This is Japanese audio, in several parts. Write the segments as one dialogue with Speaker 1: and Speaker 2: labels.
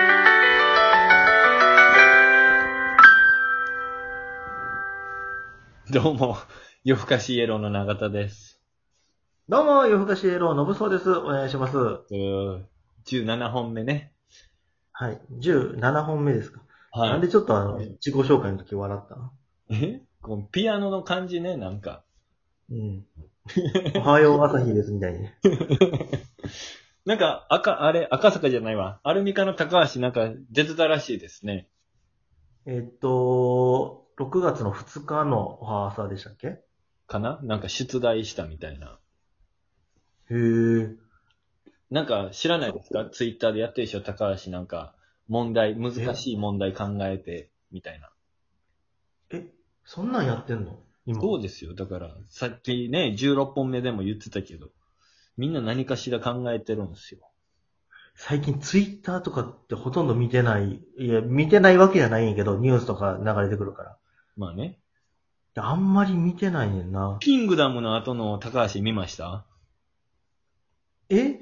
Speaker 1: どうも、夜更かしイエローの永田です。
Speaker 2: どうも、夜更かしエロー、のぶそうです。お願いします。は
Speaker 1: えー17本目ね。
Speaker 2: い。17本目ですか。な
Speaker 1: は
Speaker 2: ん
Speaker 1: い。
Speaker 2: でちょっとあの、自己紹介の時笑ったの
Speaker 1: えこのピアノの感じね、なんか。
Speaker 2: うん。 おはよう朝日です、みたいに。
Speaker 1: なんか、赤、あれ、赤坂じゃないわ。アルミカの高橋、なんか、出てたらしいですね。
Speaker 2: えっと、6月の2日のおは朝でしたっけへ
Speaker 1: かななんか、出題したみたいな。
Speaker 2: え。
Speaker 1: なんか、知らないですかツイッターでやってるでしょ高橋、なんか、問題、難しい問題考えて、みたいな。
Speaker 2: え、そんなんやってんの今。
Speaker 1: そうですよ。だから、さっきね、16本目でも言ってたけど、みんな何かしら考えてるんですよ。
Speaker 2: 最近ツイッターとかってほとんど見てない。いや、見てないわけじゃないんやけど、ニュースとか流れてくるから
Speaker 1: まあね。
Speaker 2: で。あんまり見てないねんな。
Speaker 1: キングダムの後の高橋見ました
Speaker 2: え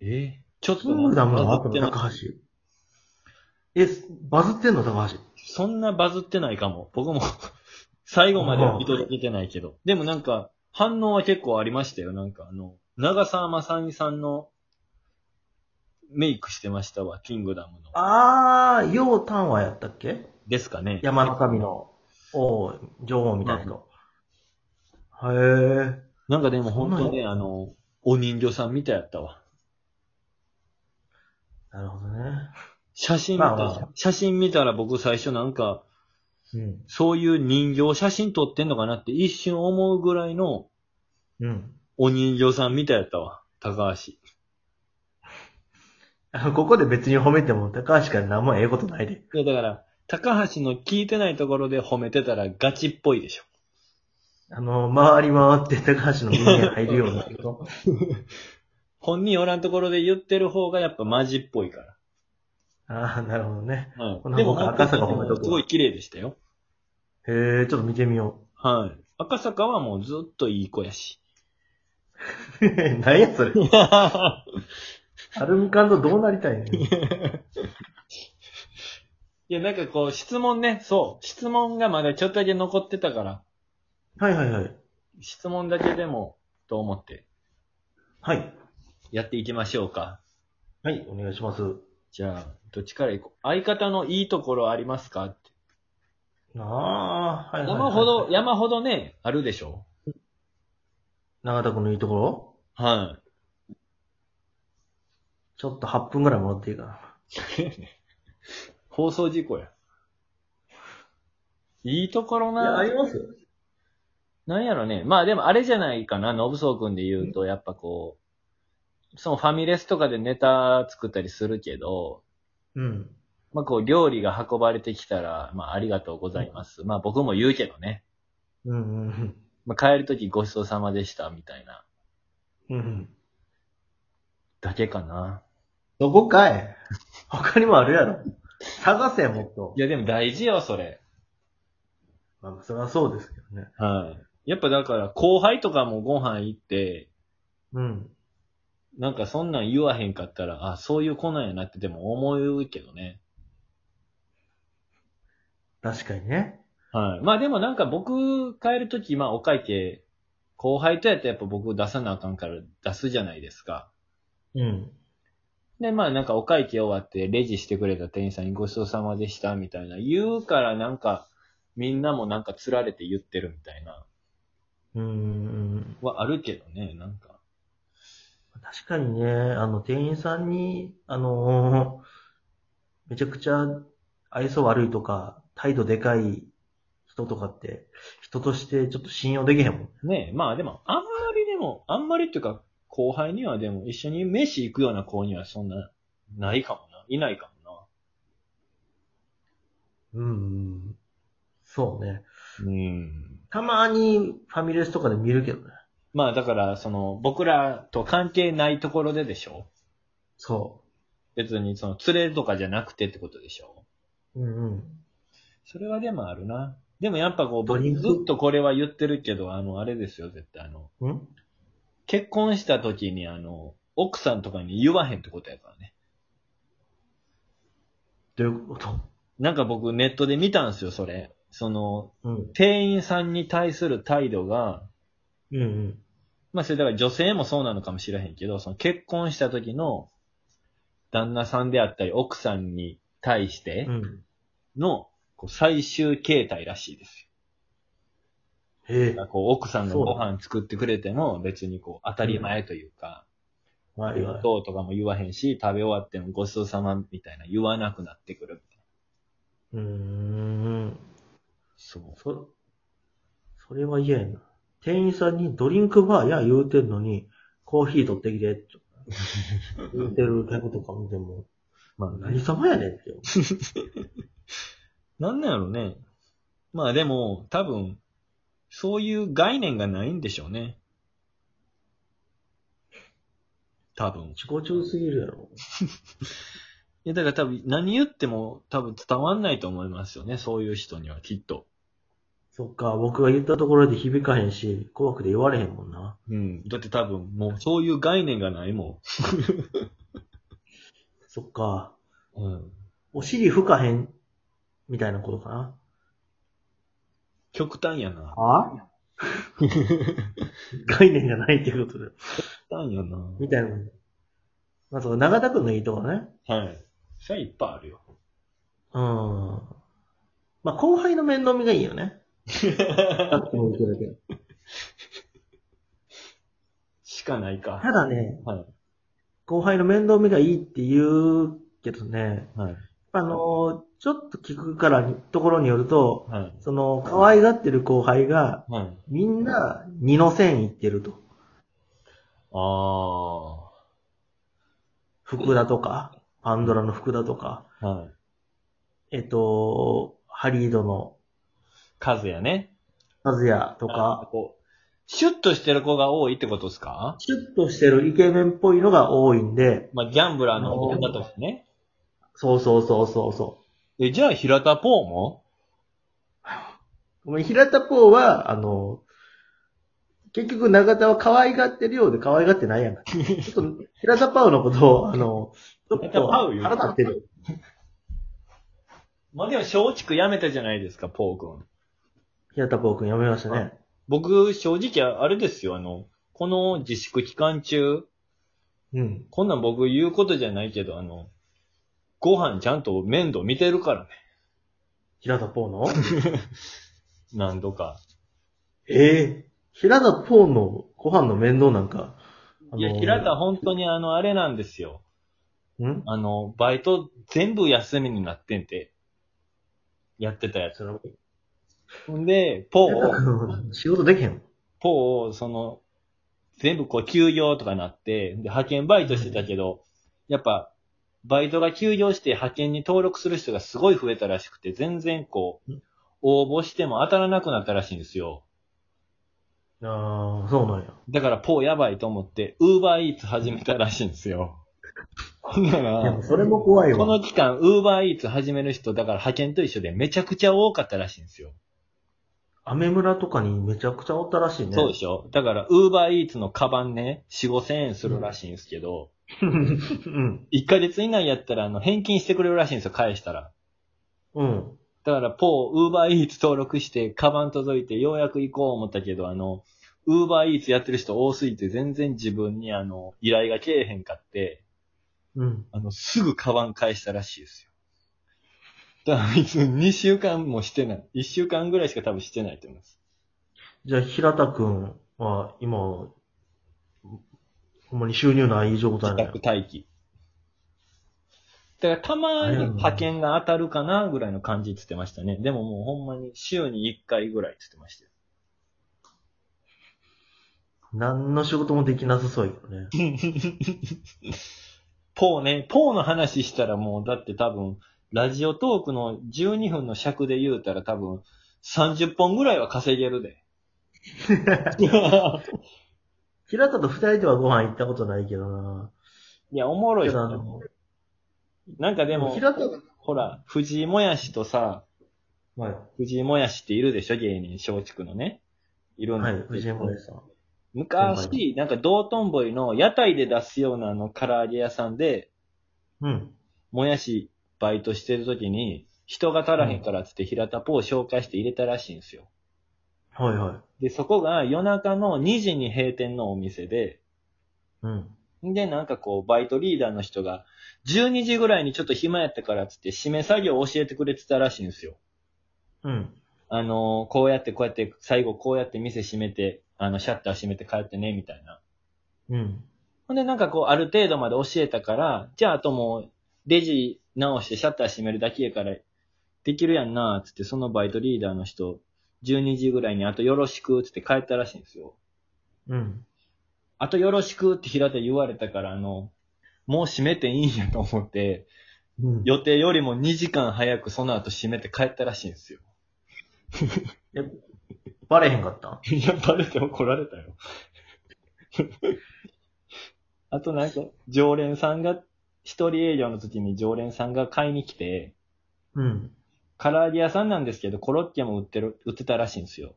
Speaker 1: えちょっと
Speaker 2: キングダムの
Speaker 1: バズ
Speaker 2: 後
Speaker 1: って
Speaker 2: の
Speaker 1: ない。
Speaker 2: 高橋。え、バズってんの高橋。
Speaker 1: そんなバズってないかも。僕も 最後までは見届けてないけど。でもなんか、反応は結構ありましたよ。なんかあの、長澤まさみさんのメイクしてましたわ、キングダムの。
Speaker 2: あー、ヨウタンワやったっけ
Speaker 1: ですかね。
Speaker 2: 山の神の王、女王みたいな人。へー。
Speaker 1: なんかでも本当
Speaker 2: そうなん
Speaker 1: ね、あの、お人形さんみたいやったわ。
Speaker 2: なるほどね。
Speaker 1: 写真見た、
Speaker 2: まあまあ
Speaker 1: 写真見たら僕最初なんか、
Speaker 2: うん。
Speaker 1: そういう人形写真撮ってんのかなって一瞬思うぐらいの
Speaker 2: うん。
Speaker 1: お人形さんみたいやったわ。高橋。
Speaker 2: あのここで別に褒めても高橋から何もええことないで。
Speaker 1: いやだから、高橋の聞いてないところで褒めてたらガチっぽいでしょ。
Speaker 2: あの、回り回って高橋の耳に入るような こと。
Speaker 1: 本人おらんところで言ってる方がやっぱマジっぽいか
Speaker 2: あー、なるほどね。
Speaker 1: ら。はい。
Speaker 2: こんなもん
Speaker 1: でも
Speaker 2: か赤坂褒めとくわ
Speaker 1: すごい綺麗でしたよ。
Speaker 2: へー、ちょっと見てみよ
Speaker 1: はい。赤坂はもうずっといい子や し。
Speaker 2: う。 何やそれ。
Speaker 1: い
Speaker 2: アルミ缶とどうなりた いの
Speaker 1: や、なんかこう質問ね、そう。質問がまだちょっとだけ残ってたから、
Speaker 2: はいはいはい。
Speaker 1: 質問だけでも、と思って
Speaker 2: はい。
Speaker 1: やっていきましょうか。
Speaker 2: はい、お願いします。
Speaker 1: じゃあ、どっちから行こう。相方のいいところありますかって。
Speaker 2: あー、はいはい、はい。
Speaker 1: 山ほど、。山ほどね、あるでしょ
Speaker 2: 長田君のいいところ
Speaker 1: は
Speaker 2: ちょっと8分ぐらい戻っていいかな。
Speaker 1: い。放送事故や。いいところ
Speaker 2: いや、あ
Speaker 1: な
Speaker 2: り、ますよ。
Speaker 1: なんやろね。まあでもあれじゃないかな、信そうくんで言うと、やっぱこう、そのファミレスとかでネタ作ったりするけど、
Speaker 2: うん。
Speaker 1: まあこう料理が運ばれてきたら、まあありがとうございます。まあ僕も言うけどね。
Speaker 2: うんうん
Speaker 1: まあ帰るときごちそうさまでした、みたいな。
Speaker 2: うん。うん。
Speaker 1: だけかな。
Speaker 2: どこかい他にもあるやろ。探せ、もっと
Speaker 1: い。や、でも大事よ、それ。
Speaker 2: まあ、それはそうですけどね。
Speaker 1: はい。やっぱだから、後輩とかもご飯行って、
Speaker 2: うん。
Speaker 1: なんかそんなん言わへんかったら、あ、そういう子なんやなってでも思うけどね。
Speaker 2: 確かにね。
Speaker 1: はい。まあでもなんか僕帰るとき、まあお会計、後輩とやったらやっぱ僕出さなあかんから出すじゃないですか。
Speaker 2: うん。
Speaker 1: で、まあなんかお会計終わってレジしてくれた店員さんにごちそうさまでしたみたいな言うからなんかみんなもなんか釣られて言ってるみたいな
Speaker 2: うーん。
Speaker 1: はあるけどね、なんか。
Speaker 2: 確かにね、あの、店員さんに、あのーめちゃくちゃ愛想悪いとか、態度でかい人とかって、人としてちょっと信用できへんもん。
Speaker 1: ねえ、まあでも、あんまりでも、あんまりっていうか、後輩にはでも、一緒に飯行くような子にはそんな、ないかもな。いないかも
Speaker 2: うんうん。そうね。
Speaker 1: な。うん。
Speaker 2: たまにファミレスとかで見るけどね。
Speaker 1: まあだから、その、僕らと関係ないところででしょ
Speaker 2: そ
Speaker 1: 別に、その、連れとかじゃなくてってことでしょ
Speaker 2: う。うんうん。
Speaker 1: それはでもあるな。でもやっぱこう、
Speaker 2: ド
Speaker 1: 僕
Speaker 2: リンク
Speaker 1: ずっとこれは言ってるけど、あの、あれですよ、絶対。あの、
Speaker 2: うん
Speaker 1: 結婚した時に、あの、奥さんとかに言わへんってことやからね。
Speaker 2: どういうこと
Speaker 1: なんか僕ネットで見たんですよ、それ。その、
Speaker 2: うん。
Speaker 1: 店員さんに対する態度が、
Speaker 2: うんうん。
Speaker 1: まあ、それだから女性もそうなのかもしれへんけど、その結婚した時の旦那さんであったり奥さんに対して
Speaker 2: うん。
Speaker 1: の、こう最終形態らしいです
Speaker 2: へえ
Speaker 1: よ。。こう奥さんがご飯作ってくれても別にこう当たり前というか、
Speaker 2: は
Speaker 1: あ
Speaker 2: い
Speaker 1: り
Speaker 2: は
Speaker 1: が
Speaker 2: い。
Speaker 1: とうとかも言わへんし、食べ終わってもごちそうさまみたいな言わなくなってくるみたいな。
Speaker 2: うーん。
Speaker 1: そう。
Speaker 2: そ、それは嫌やな。店員さんにドリンクバーや言うてんのに、コーヒー取ってきて、と言うてる客とか見ても、
Speaker 1: まあ、
Speaker 2: 何様やねんって思
Speaker 1: なんなんやろね。まあでも、多分、そういう概念がないんでしょうね。多分
Speaker 2: う。。自己中すぎるやろ。
Speaker 1: いや、だから多分、何言っても多分伝わんないと思いますよね。そういう人にはきっと。
Speaker 2: そっか、僕が言ったところで響かへんし、怖くて言われへんもんな。
Speaker 1: うん。だって多分、もうそういう概念がないも
Speaker 2: そっか、
Speaker 1: ん。うん。
Speaker 2: お尻吹かへん、みたいなことかな。
Speaker 1: 極端やな。
Speaker 2: あ 概念がないっていうことで。
Speaker 1: 極端やな。
Speaker 2: みたいな。まあ、そう、長田くんのいいとこね。
Speaker 1: はい。それはいっぱいあるよ。
Speaker 2: うん。まあ、後輩の面倒見がいいよね。 あってもいいけどね
Speaker 1: しかないか。
Speaker 2: ただね、
Speaker 1: はい
Speaker 2: 後輩の面倒見がいいって言うけどね、
Speaker 1: はい。
Speaker 2: あのーちょっと聞くからに、ところによると、
Speaker 1: はい。
Speaker 2: その、可愛がってる後輩が、
Speaker 1: はい。
Speaker 2: みんな、二の線いってると。
Speaker 1: あ
Speaker 2: 福田とか、パンドラの福田とか、
Speaker 1: あー。はい。
Speaker 2: えっと、ハリードの
Speaker 1: 数やね。
Speaker 2: カズヤと
Speaker 1: あ
Speaker 2: か、
Speaker 1: こう、シュッとしてる子が多いってことですか
Speaker 2: シュッとしてるイケメンっぽいのが多いんで、
Speaker 1: まあ、ギャンブラーの男だとしてね。
Speaker 2: そうそうそうそうそう。
Speaker 1: え、じゃあ、平田ポーも
Speaker 2: ごめん、平田ポーは、あの、結局長田は可愛がってるようで可愛がってないやんか。ちょっと、平田パウのことを、あの、ちょっ
Speaker 1: 平田
Speaker 2: と
Speaker 1: パウ
Speaker 2: 腹
Speaker 1: よ
Speaker 2: 立ってる。
Speaker 1: まあ、でも、松竹やめたじゃないですか、ポー君。
Speaker 2: 平田ポー君やめましたね。
Speaker 1: 僕、正直、あれですよ、あの、この自粛期間中、
Speaker 2: うん。
Speaker 1: こんなん僕言うことじゃないけど、あの、ご飯ちゃんと面倒見てるからね。
Speaker 2: 平田ポーの
Speaker 1: 何度か。
Speaker 2: ええ平田ポーのご飯の面倒なんか。あの
Speaker 1: いや、平田本当にあの、あれなんですよ。
Speaker 2: ん
Speaker 1: あの、バイト全部休みになってんて。やってたやつ。
Speaker 2: その
Speaker 1: ほんで、ポーを、
Speaker 2: 仕事できへん。
Speaker 1: ポー、その、全部こう休業とかなって、で、派遣バイトしてたけど、やっぱ、バイトが休業して派遣に登録する人がすごい増えたらしくて、全然こう、応募しても当たらなくなったらしいんですよ。
Speaker 2: ああ、そうなんや。
Speaker 1: だから、ポーやばいと思って、ウーバーイーツ始めたらしいんですよ。ほんな
Speaker 2: でも
Speaker 1: ら、
Speaker 2: それも怖いわ。
Speaker 1: この期間、ウーバーイーツ始める人、だから派遣と一緒でめちゃくちゃ多かったらしいんですよ。
Speaker 2: アメ村とかにめちゃくちゃおったらしいね。
Speaker 1: そうでしょだから、ウーバーイーツのカバンね、4、5千円するらしいんですけど、
Speaker 2: うん。
Speaker 1: 一ヶ月以内やったら、あの、返金してくれるらしいんですよ、返したら。
Speaker 2: うん。
Speaker 1: だから、ポー、ウーバーイーツ登録して、カバン届いて、ようやく行こう思ったけど、あの、ウーバーイーツやってる人多すぎて、全然自分に、あの、依頼がけえへんかって、
Speaker 2: うん。
Speaker 1: あの、すぐカバン返したらしいですよ。だから、いつ2週間もしてない。1週間ぐらいしか多分してないと思います。
Speaker 2: じゃあ、平田くんは今、ほんまに収入ない状態
Speaker 1: 自
Speaker 2: なの
Speaker 1: 宅待機。だから、たまに派遣が当たるかな、ぐらいの感じって言ってましたね。でももうほんまに、週に1回ぐらいって言ってましたよ。
Speaker 2: 何の仕事もできなさそうやけどね。
Speaker 1: ポーね、ポーの話したらもう、だって多分、ラジオトークの12分の尺で言うたら多分、30本ぐらいは稼げる で。
Speaker 2: 平田と二人ではご飯行ったことないけどな。
Speaker 1: いや、おもろい
Speaker 2: け
Speaker 1: っす
Speaker 2: ど
Speaker 1: ね
Speaker 2: あの
Speaker 1: なんかでも、
Speaker 2: 平田が、
Speaker 1: ほら、藤井もやしとさ、
Speaker 2: はい。
Speaker 1: 藤井もやしっているでしょ芸人、松竹のね。いるん
Speaker 2: はい
Speaker 1: で、
Speaker 2: 藤山さん。
Speaker 1: 昔、なんか道頓堀の屋台で出すようなあの唐揚げ屋さんで、
Speaker 2: うん。
Speaker 1: もやしバイトしてる時に、一人が足らへんからっつって平田ポを紹介して入れたらしいんですよ。
Speaker 2: はいはい。
Speaker 1: で、そこが夜中の2時に閉店のお店で、
Speaker 2: うん。
Speaker 1: で、なんかこう、バイトリーダーの人が、12時ぐらいにちょっと暇やったからっつって、締め作業を教えてくれてたらしいんですよ。
Speaker 2: うん。
Speaker 1: あのーこうやってこうやって、最後こうやって店閉めて、あの、シャッター閉めて帰ってね、みたいな。
Speaker 2: うん。
Speaker 1: ほんで、なんかこう、ある程度まで教えたから、じゃああともう、レジ直してシャッター閉めるだけやから、できるやんな、つって、そのバイトリーダーの人、12時ぐらいにあとよろしく、つって帰ったらしいんですよ。
Speaker 2: うん。
Speaker 1: あとよろしくって平田言われたから、あの、もう閉めていいんやと思って、
Speaker 2: うん。
Speaker 1: 予定よりも2時間早くその後閉めて帰ったらしいんですよ。
Speaker 2: バレへんかった
Speaker 1: いや、バレて怒られたよ。 あとなんか、常連さんが、一人営業の時に常連さんが買いに来て、
Speaker 2: うん。
Speaker 1: 唐揚げ屋さんなんですけど、コロッケも売ってる、売ってたらしいんですよ。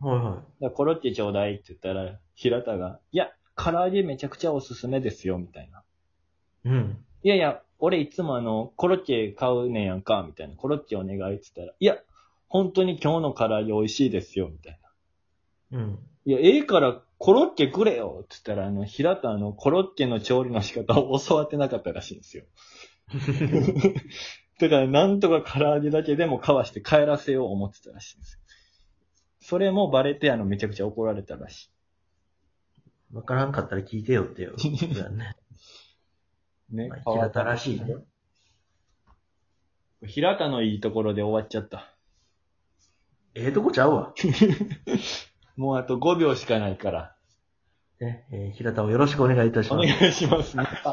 Speaker 2: はいは
Speaker 1: だからコロッケちょうだいって言ったら、平田が、いや、唐揚げめちゃくちゃおすすめですよ、みたいな。
Speaker 2: い。うん。
Speaker 1: いやいや、俺いつもあの、コロッケ買うねんやんか、みたいな。コロッケお願いって言ったら、いや、本当に今日の唐揚げ美味しいですよ、みたいな。
Speaker 2: うん。
Speaker 1: いや、ええからコロッケくれよって言ったら、あの、平田あの、コロッケの調理の仕方を 教わってなかったらしいんですよ。 だから、なんとか唐揚げだけでもかわして帰らせよう思ってたらしいんですよ。それもバレて、あの、めちゃくちゃ怒られたらし
Speaker 2: わからんかったら聞いてよってよ。そうやね。
Speaker 1: い。ね。
Speaker 2: 平田らしいね。
Speaker 1: 平田のいいところで終わっちゃった。
Speaker 2: ええとこちゃうわ。
Speaker 1: もうあと5秒しかないから。
Speaker 2: ね、えー平田をよろしくお願いいたし
Speaker 1: お
Speaker 2: ます
Speaker 1: 願。いします。また